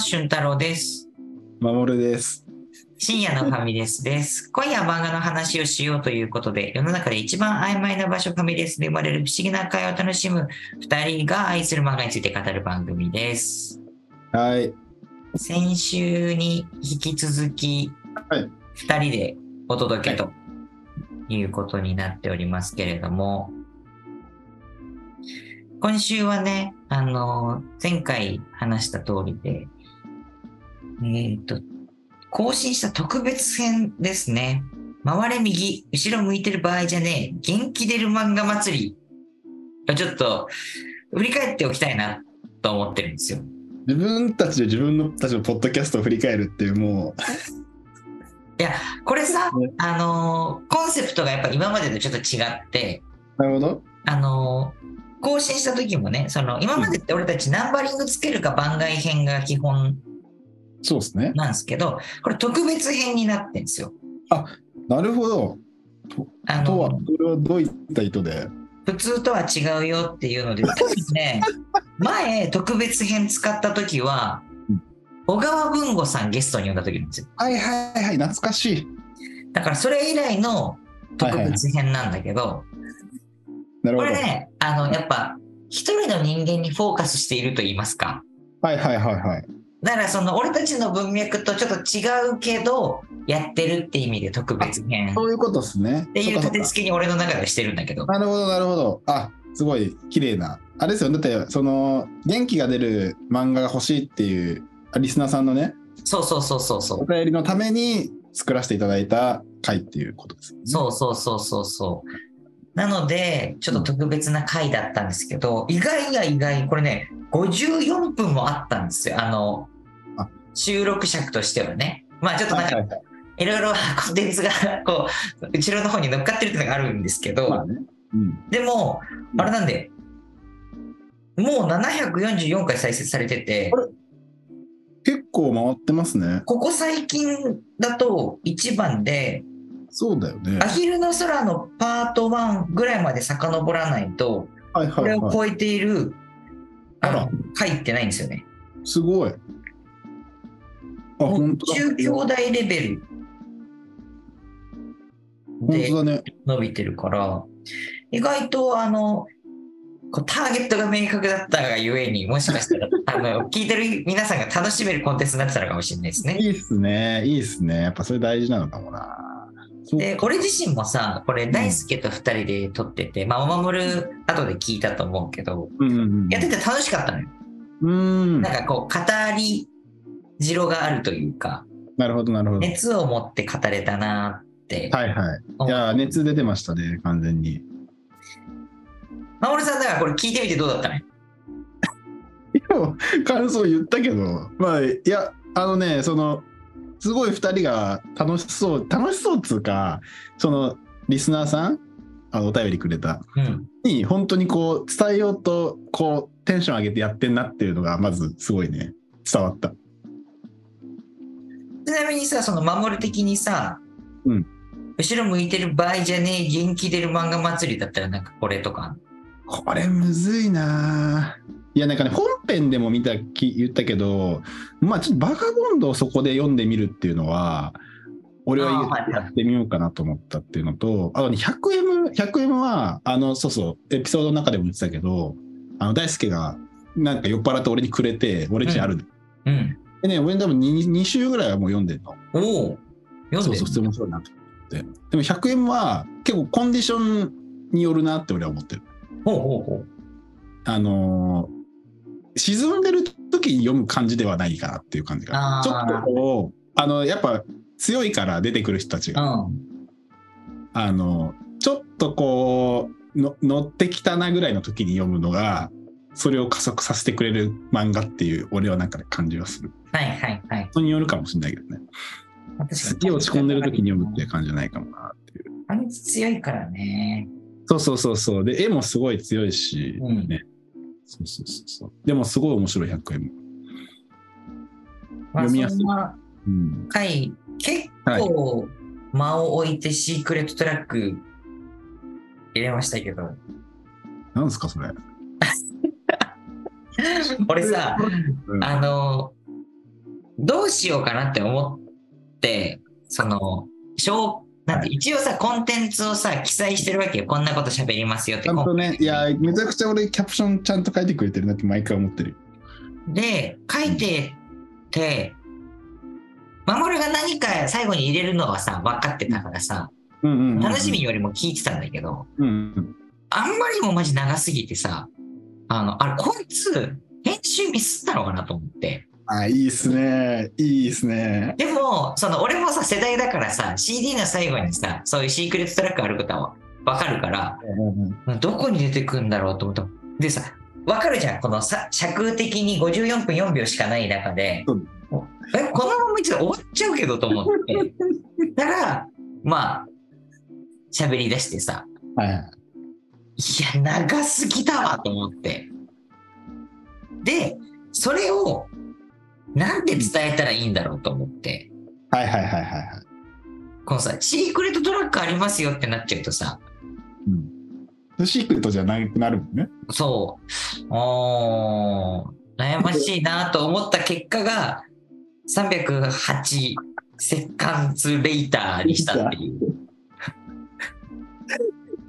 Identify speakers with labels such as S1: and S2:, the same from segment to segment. S1: 俊太郎です。
S2: 守です。
S1: 深夜のファミレスです。今夜は漫画の話をしようということで、世の中で一番曖昧な場所ファミレスで生まれる不思議な会を楽しむ2人が愛する漫画について語る番組です。
S2: はい。
S1: 先週に引き続き、
S2: はい
S1: 2人でお届けということになっておりますけれども、今週はね、あの、前回話した通りで、えっ、と、更新した特別編ですね。回れ右、後ろ向いてる場合じゃねえ、元気出る漫画祭り。ちょっと、振り返っておきたいなと思ってるんですよ。
S2: 自分たちで自分のたちのポッドキャストを振り返るっていうも
S1: これさ
S2: ね、
S1: あのーコンセプトがやっぱ今までとちょっと違って、
S2: うなるほど。
S1: あのー更新した時もね、その今までって俺たちナンバリングつけるか番外編が基本
S2: そうですね。
S1: なんですけど、これ特別編になってんですよ。
S2: なるほど。
S1: あ
S2: と
S1: の
S2: はこれはどういった意図で。
S1: 普通とは違うよって いうので、多分ね、前特別編使った時は
S2: うん、
S1: 小川文吾さんゲストに呼んだ時なんですよ。
S2: はいはいはい懐かしい。
S1: だからそれ以来の特別編なんだけど、
S2: なる
S1: こ
S2: ほど。
S1: れね、あの、やっぱ、一人の人間にフォーカスしていると言いますか。
S2: はいはいはいはい。
S1: だから、その、俺たちの文脈とちょっと違うけど、やってるって意味で特別編っ
S2: そういうことですね。
S1: ていう
S2: そ
S1: 立
S2: うか
S1: て
S2: そう
S1: 付けに俺の中でしてるんだけど
S2: か。なるほどなるほど。あすごい綺麗な。あれですよねだってその元気が出る漫画が欲しいっていうあリスナーさんのね
S1: そうそうそうそうそ
S2: お
S1: う。
S2: 便りのために作らせていただいた回っていうことです。
S1: そうそうそうそうそう。なので、ちょっと特別な回だったんですけど、意外や意外、これね、54分もあったんですよ。あの
S2: あ、
S1: 収録尺としてはね。まあ、ちょっとなん
S2: はい
S1: か
S2: は、いはい。
S1: いろいろ コンテンツがこう後ろの方に乗っかってるっていうのがあるんですけど、
S2: まあね。うん。
S1: でもあれなんでもう744回再生されてて
S2: あれ結構回ってますね。
S1: ここ最近だと1番で
S2: そうだよ
S1: 「
S2: ね
S1: ア。ヒルの空」のパート1ぐらいまで遡らないと
S2: はい
S1: こ
S2: は
S1: れ
S2: い
S1: を
S2: はい。
S1: 超えているあ
S2: あ
S1: の
S2: ら、
S1: 回ってないんですよね。
S2: すごい。あ、
S1: もう
S2: 本当だ。
S1: 中兄弟レベル
S2: 本
S1: で
S2: 当だね。
S1: 伸びてるから、意外とあの、こうターゲットが明確だったがゆえに、もしかしたら、 あの、聞いてる皆さんが楽しめるコンテンツになってたのかもしれないですね。
S2: いいっすね。いいっすね。やっぱそれ大事なのかもな。そう
S1: で、俺自身もさ、これ、大輔と二人で撮ってて、まあ、お守る後で聞いたと思うけど、
S2: うんうんうん。
S1: やってて楽しかったのよ。
S2: うん。
S1: なんかこう、語り、じろがあるというか、
S2: なるほど、なるほど。
S1: 熱を持って語れたなって。
S2: はいはい。
S1: 思う
S2: いやー、熱出てましたね、完全に。
S1: 守さん、だからこれ聞いてみてどうだったの
S2: いやもう感想言ったけど、まあ、いや、あのね、その、すごい2人が楽しそう、楽しそうっつうか、その、リスナーさん、あのお便りくれた
S1: うん。
S2: に本当にこう伝えようとこうテンション上げてやってんなっていうのがまずすごいね伝わった
S1: ちなみにさ、その守る的にさ、
S2: うん
S1: 後ろ向いてる場合じゃねえ、元気出る漫画祭りだったら、なんかこれとか。
S2: これむずいなぁいやなんかね本編でも見たき言ったけどまあちょっとバカボンドをそこで読んでみるっていうのは俺は
S1: あーはいはい
S2: やってみようかなと思ったっていうのとあとね 100M, 100M はあのそうそうエピソードの中でも言ってたけどあの大輔がなんか酔っ払って俺にくれて俺ちある、
S1: うん。
S2: でね俺多分 2, 2週ぐらいはもう読んでんの
S1: おお。読ん
S2: そう
S1: で
S2: そう、普通もそうだなと思って。でも100円は結構コンディションによるなって俺は思ってる。
S1: ほうほうほう。
S2: あのー沈んでる時に読む感じではないかなっていう感じが。
S1: あ
S2: ちょっと
S1: あ。
S2: こう、あの、やっぱ強いから出てくる人たちが、
S1: うん。
S2: あの、ちょっとこう、の乗ってきたなぐらいの時に読むのが、それを加速させてくれる漫画っていう、俺はなんかね感じはする。
S1: はいはいはい。
S2: 人によるかもしれないけどね。
S1: 確かに
S2: すげえ落ち込んでる時に読むっていう感じじゃないかもなっていう。
S1: あれ強いからね。
S2: そうそうそうそう。で、絵もすごい強いし、
S1: うん
S2: ね。そうそうそうそう。でもすごい面白い100円も。
S1: まあ、
S2: 読みやすい
S1: そんな
S2: うん。
S1: 回、結構間を置いてシークレットトラック入れましたけど。
S2: なんですか、それ。
S1: 俺さ、
S2: うん、
S1: あの、どうしようかなって思って、その、しょうなんて一応さ、コンテンツをさ、記載してるわけよ。こんなこと喋りますよって。
S2: ちゃんとね、いや、めちゃくちゃ俺、キャプションちゃんと書いてくれてるなって毎回思ってるよ。
S1: で、書いてて、守が何か最後に入れるのはさ、分かってたからさ、
S2: うんうんうんうん
S1: 楽しみ。よりも聞いてたんだけど、
S2: うんうん。
S1: あんまりにもマジ長すぎてさ、あの、あれ、こいつ、編集ミスったのかなと思って。
S2: あ、いいっすね。いいっすね。
S1: でも、その、俺もさ、世代だからさ、CD の最後にさ、そういうシークレットトラックあることは分かるから、
S2: うんうん
S1: どこに出てくんだろうと思った。でさ、わかるじゃん、このさ尺的に54分4秒しかない中で
S2: うん、
S1: えこのまま一度終わっちゃうけどと思って。だから、まあ、喋り出してさ、
S2: はいはい。
S1: いや、長すぎたわと思って。で、それを、なんで伝えたらいいんだろうと思って。
S2: はいはいはいはいはい。
S1: このさ、シークレットトラックありますよってなっちゃうとさ、
S2: うん。シークレットじゃなくなるもんね。
S1: そう。おー悩ましいなと思った結果が、308セカンズレイターにしたっていう。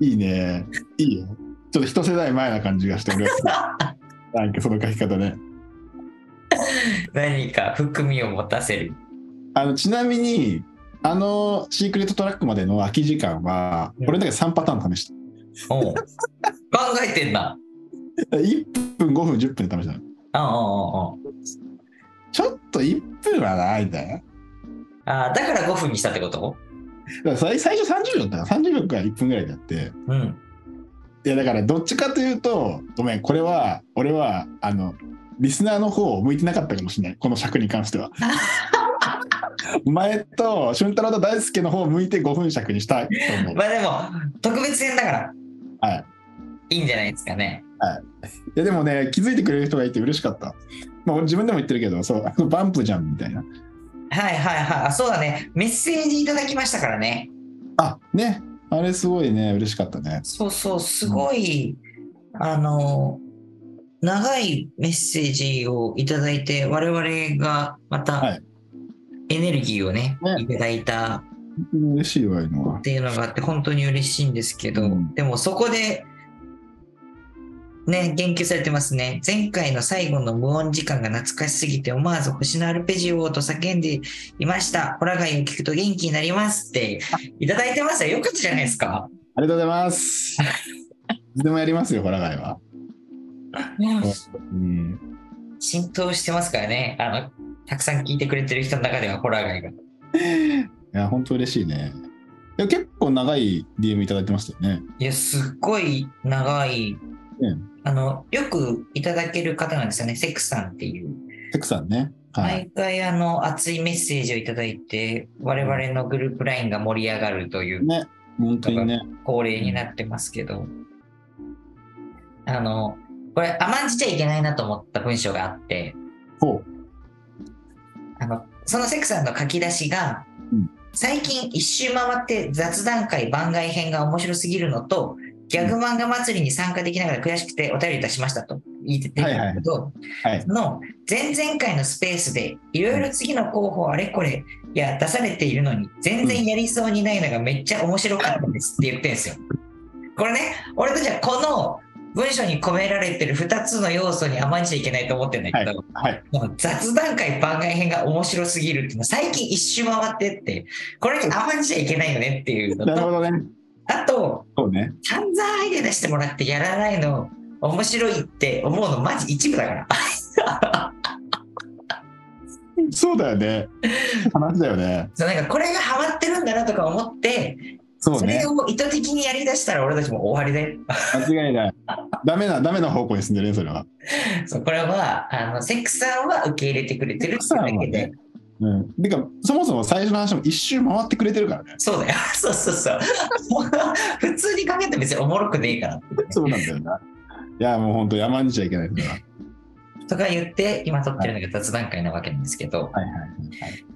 S2: いいね。いいよ。ちょっと一世代前な感じがして、俺 は。なんかその書き方ね。
S1: 何か含みを持たせる。
S2: あのちなみに、あのシークレットトラックまでの空き時間は、
S1: うん
S2: 俺だけ3パターン試し
S1: おう考えてんだ。
S2: た。1分、5分、10分で試したの。
S1: あああ
S2: ちょっと1分はないんだよ。
S1: ああだから5分にしたってこと
S2: だから最最初30秒だったの30秒から1分ぐらいでやって。
S1: うん。
S2: いやだからどっちかというと、ごめん、これは、俺は、あの、リスナーの方を向いてなかったかもしれない、この尺に関しては。お前と俊太郎と大輔の方を向いて5分尺にしたいと思う。
S1: まあでも、特別編だから、
S2: はい、
S1: いいんじゃないですかね。
S2: いやでもね、気づいてくれる人がいて嬉しかった。まあ、俺自分でも言ってるけど、そう、あのバンプじゃんみたいな。
S1: はいはいはい。あ、そうだね。メッセージいただきましたからね。
S2: あね、あれすごいね、嬉しかったね。
S1: そうそう、すごい、あの、長いメッセージをいただいて、我々がま
S2: は
S1: た
S2: い
S1: エネルギーをね、
S2: ね
S1: いただいた
S2: 本当に嬉しいわ、ああいうのは
S1: っ。ていうのがあって、本当に嬉しいんですけど、
S2: うん
S1: でもそこで、ね、言及されてますね。前回の最後の無音時間が懐かしすぎて、思わず星のアルペジオをと叫んでいました。ホラガイを聞くと元気になりますっていただいてますよ。よかったじゃないです か。
S2: ありがとうございます。いつでもやりますよ、ホラガイは。うん。
S1: 浸透してますからね。あの、たくさん聞いてくれてる人の中ではホラー街が。
S2: いや、本当嬉しいね。いや結構長い DM いただいてましたよね。
S1: いや、すっごい長い。
S2: うん
S1: あの、よくいただける方なんですよね。セクさんっていう。
S2: たくさんね。は
S1: 毎
S2: い。
S1: 回あの、熱いメッセージをいただいて、我々のグループラインが盛り上がるという
S2: ね、本当にね。
S1: 恒例になってますけど。あの、これ甘んじちゃいけないなと思った文章があって、
S2: ほう。
S1: あの、そのセクさんの書き出しが、
S2: うん
S1: 最近一周回って雑談会番外編が面白すぎるのと、ギャグ漫画祭りに参加できながら悔しくてお便りいたしましたと言っててるんだけど、
S2: はい
S1: そ。の前々回のスペースでいろいろ次の候補あれこれいや出されているのに全然やりそうにないのがめっちゃ面白かったですって言ってるんですよ。これね俺たちはこの文章に込められてる2つの要素に甘んじちゃいけないと思ってんだけど、
S2: はい。
S1: もう雑談会番外編が面白すぎるっていうのは最近一周回ってってこれに甘んじちゃいけないよねっていうの
S2: なるほ
S1: と
S2: どね。
S1: あと
S2: そうね。
S1: 散々アイデア出してもらってやらないの面白いって思うのマジ一部だから
S2: そうだよね。話だよね。
S1: そうなんかこれがハマってるんだなとか思って
S2: そう
S1: それ
S2: ね。
S1: を意図的にやりだしたら俺たちも終わりだよ。
S2: 間違いない。ダメな、ダメな方向に進んでるね、それは。
S1: そうこれはあのセックさんは受け入れてくれてるっていうだ
S2: セックさんは
S1: けで
S2: ねうん。てか、そもそも最初の話も一周回ってくれてるからね。
S1: そうだよ そうそうそう普通に考えたら別におもろくねえから
S2: そうなんだよな。いや、もう本当山にじゃいけない、それは。
S1: とか言って今撮ってるのが雑談会なわけなんですけど
S2: はいはいはい。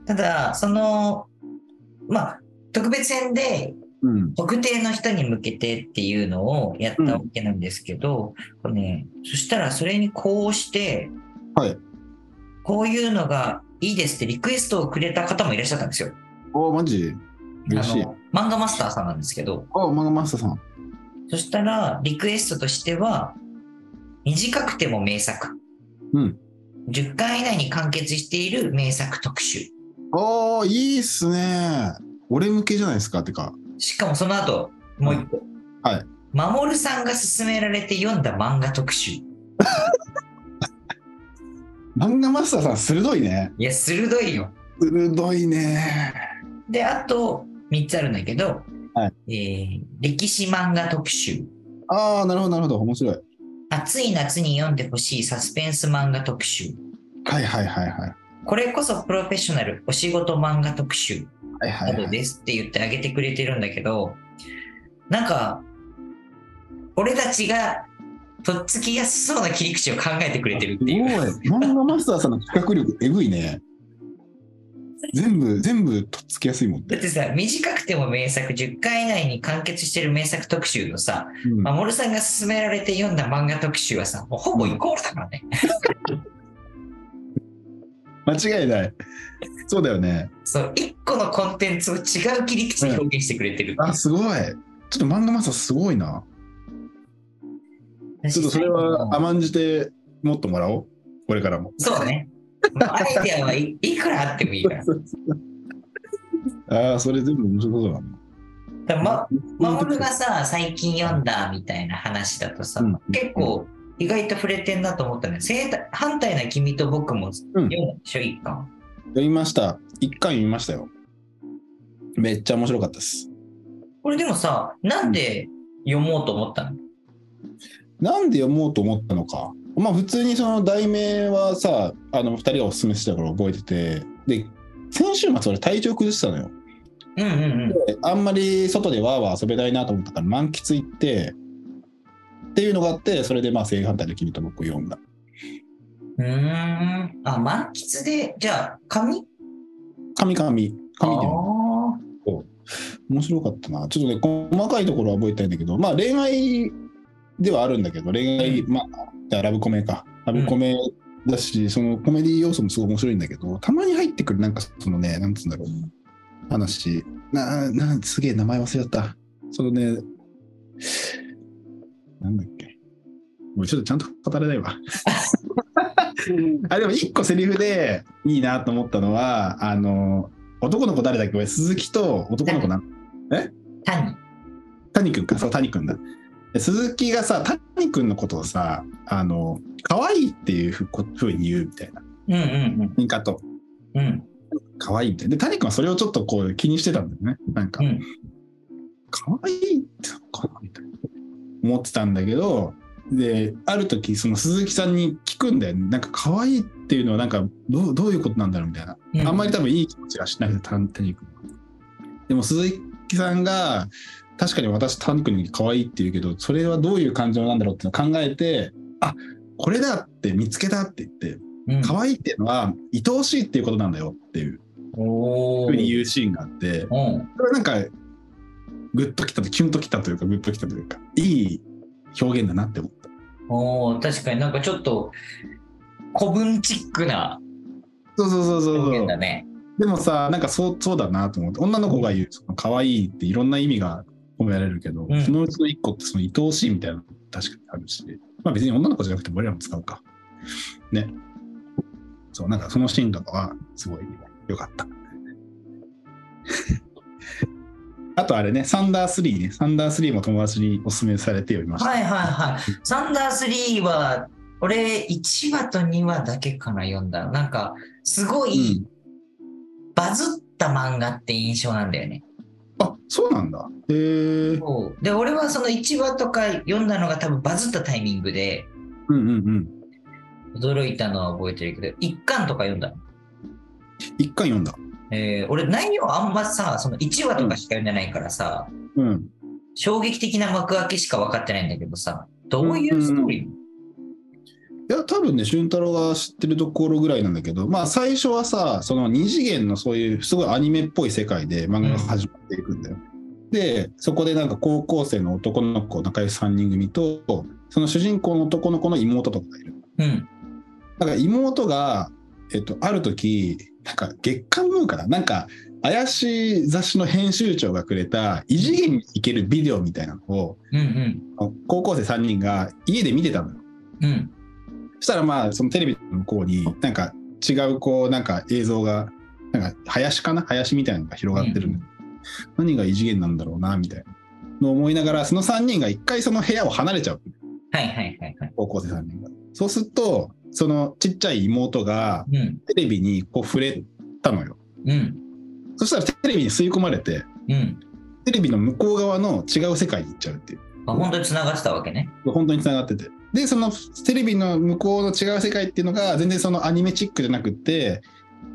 S1: ただそのまあ特別編で
S2: うん。
S1: 特定の人に向けてっていうのをやったわけなんですけど、これね、そしたらそれにこうして、
S2: はい
S1: こういうのがいいですってリクエストをくれた方もいらっしゃったんですよ。
S2: おー、マジ嬉しい
S1: あ。の漫画マスターさんなんですけど、
S2: おー、マガマスターさん。
S1: そしたらリクエストとしては、短くても名作。
S2: うん。
S1: 10巻以内に完結している名作特集。
S2: おー、いいっすね。俺向けじゃないですか、てか。
S1: しかもその後、もう一個。
S2: はい。
S1: 守さんが勧められて読んだ漫画特集。い
S2: 漫画マスターさん、鋭いね。
S1: や、鋭いよ。
S2: 鋭いね。
S1: で、あと3つあるんだけど、
S2: は
S1: えー歴史漫画特集、
S2: あー、なるほど、なるほど。面白い。
S1: 暑い夏に読んでほしいサスペンス漫画特集、
S2: はいはいはいはい。
S1: これこそプロフェッショナルお仕事漫画特集
S2: はいは、
S1: ない
S2: は
S1: ど
S2: い。
S1: ですって言ってあげてくれてるんだけど、なんか、俺たちがとっつきやすそうな切り口を考えてくれてるっていう。
S2: すごい。漫画マスターさんの企画力、えぐいね。全部、全部、とっつきやすいもん
S1: だっ
S2: ね。
S1: てさ、短くても名作、10回以内に完結してる名作特集のさ、
S2: うん
S1: 守、さんが勧められて読んだ漫画特集はさ、もうほぼイコールだからね。
S2: 間違いない。そうだよね。
S1: そう、一個のコンテンツを違う切り口で表現してくれてる。
S2: あ、すごい。ちょっと漫画マスターすごいな。
S1: 私
S2: ちょっとそれは甘んじて持ってもらおう。これからも。
S1: そうね。もうアイデアはい、いくらあってもいい から。
S2: ああ、それ全部面白そうだな。
S1: だからま、マモルがさ、最近読んだみたいな話だとさ、
S2: うん
S1: 結構意外と触れてんなと思ったね。正対反対な君と僕も読んだでしょ、一巻。
S2: 読みました。一回読みましたよ。めっちゃ面白かったです。
S1: これでもさ、なんで読もうと思ったの
S2: なんで読もうと思ったのか。まあ普通にその題名はさ、あの二人がおすすめしてたから覚えてて、で、先週末俺体調崩してたのよ。
S1: うんうんうん。
S2: であんまり外でわーわー遊べないなと思ったから満喫行って、っていうのがあって、それでまあ正反対の君と僕を読んだ。
S1: うーん。あ、満喫で、じゃあ、紙
S2: 神々。神
S1: あ
S2: 々
S1: ー
S2: 面白かったな。ちょっとね、細かいところは覚えてないんだけど、まあ恋愛ではあるんだけど、恋愛、まあ、じゃあラブコメか。ラブコメだし、そのコメディ要素もすごい面白いんだけど、たまに入ってくる、なんかそのね、なんつうんだろう、話。な、な、すげえ名前忘れちゃった。そのね、なんだっけ。もうちょっとちゃんと語れないわ。あでも一個セリフでいいなと思ったのは、あの、男の子誰だっけ俺鈴木と男の子なん
S1: 単に。
S2: 谷君か、そう、谷君だ。で鈴木がさ、谷君のことをさ、あの、可愛いっていうふこふうに言うみたいな。
S1: うんうん
S2: ニカと、
S1: うん。うん
S2: 可愛いみたいな。で、谷君はそれをちょっとこう気にしてたんだよね。なんか
S1: う、ん。
S2: 可愛いってのかなみたいな。思ってたんだけど、で、ある時、その鈴木さんに聞くんだよね。なんか、可愛いっていうのは、なんかどう、どういうことなんだろうみたいな。
S1: う
S2: あんまり多分いい気持ちがしなくて、タンタニックでも鈴木さんが、確かに私、タンニックに可愛いって言うけど、それはどういう感情なんだろうっていうのを考えて、あこれだって見つけたって言って、
S1: うん
S2: 可愛いっていうのは、愛おしいっていうことなんだよっていう
S1: お
S2: ふうに
S1: ー
S2: 言うシーンがあって、
S1: うん
S2: それはなんか、グッときたと、キュンときたというか、グッときたというか、いい表現だなって思った。
S1: おー確かになんかちょっと古文チックな
S2: そうそうそうそう
S1: 表
S2: そう
S1: 現だ。ね。
S2: でもさ、なんかそうそうだなと思って、女の子が言う、その可愛いっていろんな意味が込められるけど、
S1: うん
S2: そのうちの一個って、その愛おしいみたいなのも確かにあるし、まあ別に女の子じゃなくても俺らも使うか。ね。そう、なんかそのシーンとかは、すごい良かった。 あとあれね、サンダースリーね。サンダースリーも友達にお勧めされて読みました。
S1: はいはいはい。サンダースリーは俺1話と2話だけかな読んだのなんかすごい
S2: うん
S1: バズった漫画って印象なんだよね。
S2: あ、そうなんだ。へー
S1: そうで俺はその1話とか読んだのが多分バズったタイミングで
S2: うんうんうん。
S1: 驚いたのは覚えてるけど1巻とか読んだの。
S2: 一巻読んだ。
S1: えー俺内容あんまさその1話とかしか読んでないからさ、
S2: うん。
S1: 衝撃的な幕開けしか分かってないんだけどさどういうストーリー、
S2: いや、多分ね、俊太郎が知ってるところぐらいなんだけど、まあ、最初はさ、その二次元のそういう、すごいアニメっぽい世界で漫画が始まっていくんだよ。で、そこでなんか高校生の男の子、仲良し3人組と、その主人公の男の子の妹とかがいる。
S1: うん
S2: だから妹が、えっと、ある時、なんか月刊ムーかななんか怪しい雑誌の編集長がくれた異次元に行けるビデオみたいなのを、
S1: うん
S2: 高校生3人が家で見てたのよ。
S1: うん。うん。
S2: そしたらまあ、そのテレビの向こうに、なんか違うこう、なんか映像が、なんか林かな林みたいなのが広がってるの、何が異次元なんだろうな、みたいなのを思いながら、その3人が一回その部屋を離れちゃう。
S1: はいはいはいはい。
S2: 高校生3人が。そうすると、そのちっちゃい妹が
S1: うん。
S2: テレビにこう触れたのよ。
S1: うん。
S2: そしたらテレビに吸い込まれて、
S1: うん。
S2: テレビの向こう側の違う世界に行っちゃうっていう。
S1: あ本当に繋がってたわけね。
S2: 本当に繋がってて。で、そのテレビの向こうの違う世界っていうのが、全然そのアニメチックじゃなくて、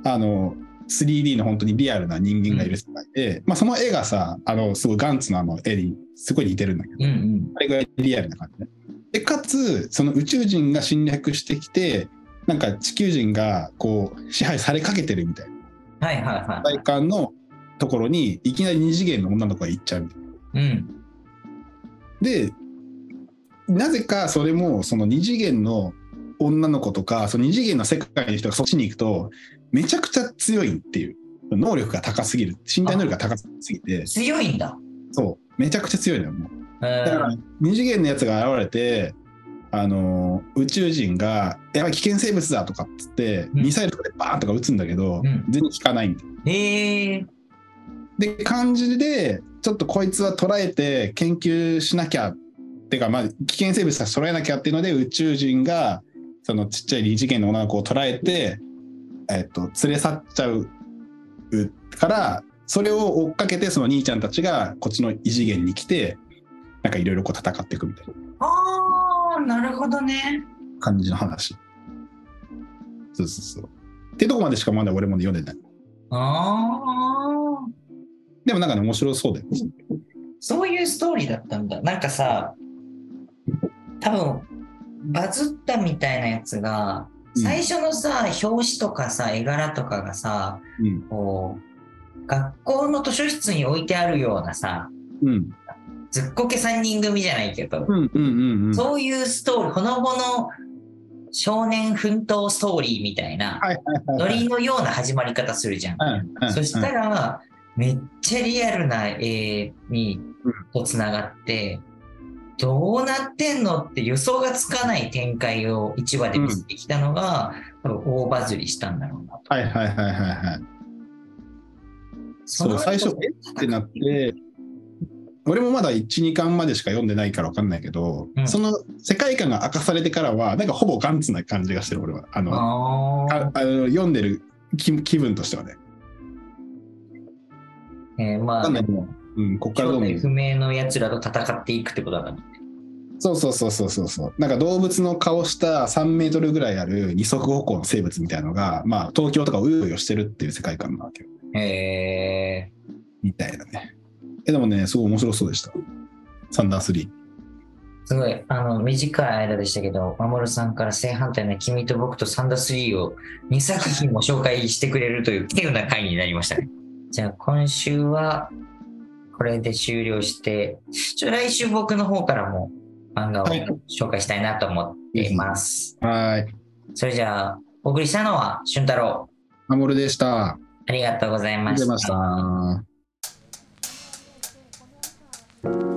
S2: あの、3D の本当にリアルな人間がいる世界で、まあその絵がさ、あの、すごいガンツのあの絵にすごい似てるんだけど、
S1: うんうん。
S2: あれぐらいリアルな感じね。で、かつ、その宇宙人が侵略してきて、なんか地球人がこう支配されかけてるみたいな
S1: はいはいは
S2: 体感のところに、いきなり二次元の女の子が行っちゃうみたいな。
S1: い。うん。
S2: でなぜかそれもその二次元の女の子とかその二次元の世界の人がそっちに行くとめちゃくちゃ強いっていう能力が高すぎる身体能力が高すぎて
S1: 強いんだ。
S2: そうめちゃくちゃ強いのよもう
S1: え
S2: だから
S1: ー、
S2: 二次元のやつが現れてあのー宇宙人が「やばい危険生物だ」とかっつって
S1: ん
S2: ミサイルとかでバーンとか撃つんだけど、
S1: うん
S2: 全然効かないんだよ
S1: えー、
S2: で感じでちょっとこいつは捉えて研究しなきゃってかまあ危険生物は捉えなきゃっていうので宇宙人がそのちっちゃい二次元の女の子を捉えて、えっと連れ去っちゃうからそれを追っかけてその兄ちゃんたちがこっちの異次元に来てなんかいろいろこう戦っていくみたいな
S1: あー、なるほどね。
S2: 感じの話そうそうそうっていうとこまでしかまだ俺も読んでない
S1: あー。
S2: でもなんかね面白そうだよ
S1: そういうストーリーだったんだ。なんかさ、多分バズったみたいなやつが、
S2: うん
S1: 最初のさ、表紙とかさ、絵柄とかがさ、
S2: うん
S1: こう、学校の図書室に置いてあるようなさ、
S2: うん
S1: ずっこけ3人組じゃないけど、
S2: うんうんうんうん
S1: そういうストーリー、ほのぼの少年奮闘ストーリーみたいな、
S2: はいはいはい
S1: ノ
S2: はい
S1: リのような始まり方するじゃん。
S2: うんうん
S1: そしたら、めっちゃリアルな絵に
S2: うん
S1: こうつながって、どうなってんのって予想がつかない展開を1話で見せてきたのが、多分大バズりしたんだろうなと。
S2: はいはいはいはいはい。そう、最初、えってなって、俺もまだ1、2巻までしか読んでないから分かんないけど、
S1: うん
S2: その世界観が明かされてからは、なんかほぼガンツな感じがしてる、俺は。あの、あ
S1: あー
S2: あの読んでる気気分としてはね。
S1: えー
S2: 分
S1: ま
S2: か
S1: あ
S2: んな、いけど、うん、こっからど
S1: 正
S2: うも
S1: 体。不明のやつらと戦っていくってことだから。
S2: そうそうそうそうそうそう。なんか動物の顔した3メートルぐらいある二足歩行の生物みたいなのが、まあ、東京とかをうようよしてるっていう世界観なわけよ。
S1: え
S2: みたいなね。え、でもね、すごい面白そうでした。サンダースリー。
S1: ーすごい、あの、短い間でしたけど、守さんから正反対な君と僕とサンダースリーを2作品も紹介してくれるという、稀有な回になりましたね。 じゃあ、今週は、これで終了して、ちょ来週僕の方からも漫画を
S2: はい
S1: 紹介したいなと思っています。
S2: はーい。
S1: それじゃあ、お送りしたのは、俊太郎。
S2: アモルでした。
S1: ありがとうござい
S2: ありが
S1: ま
S2: とう
S1: し
S2: ござい
S1: た
S2: まし。た。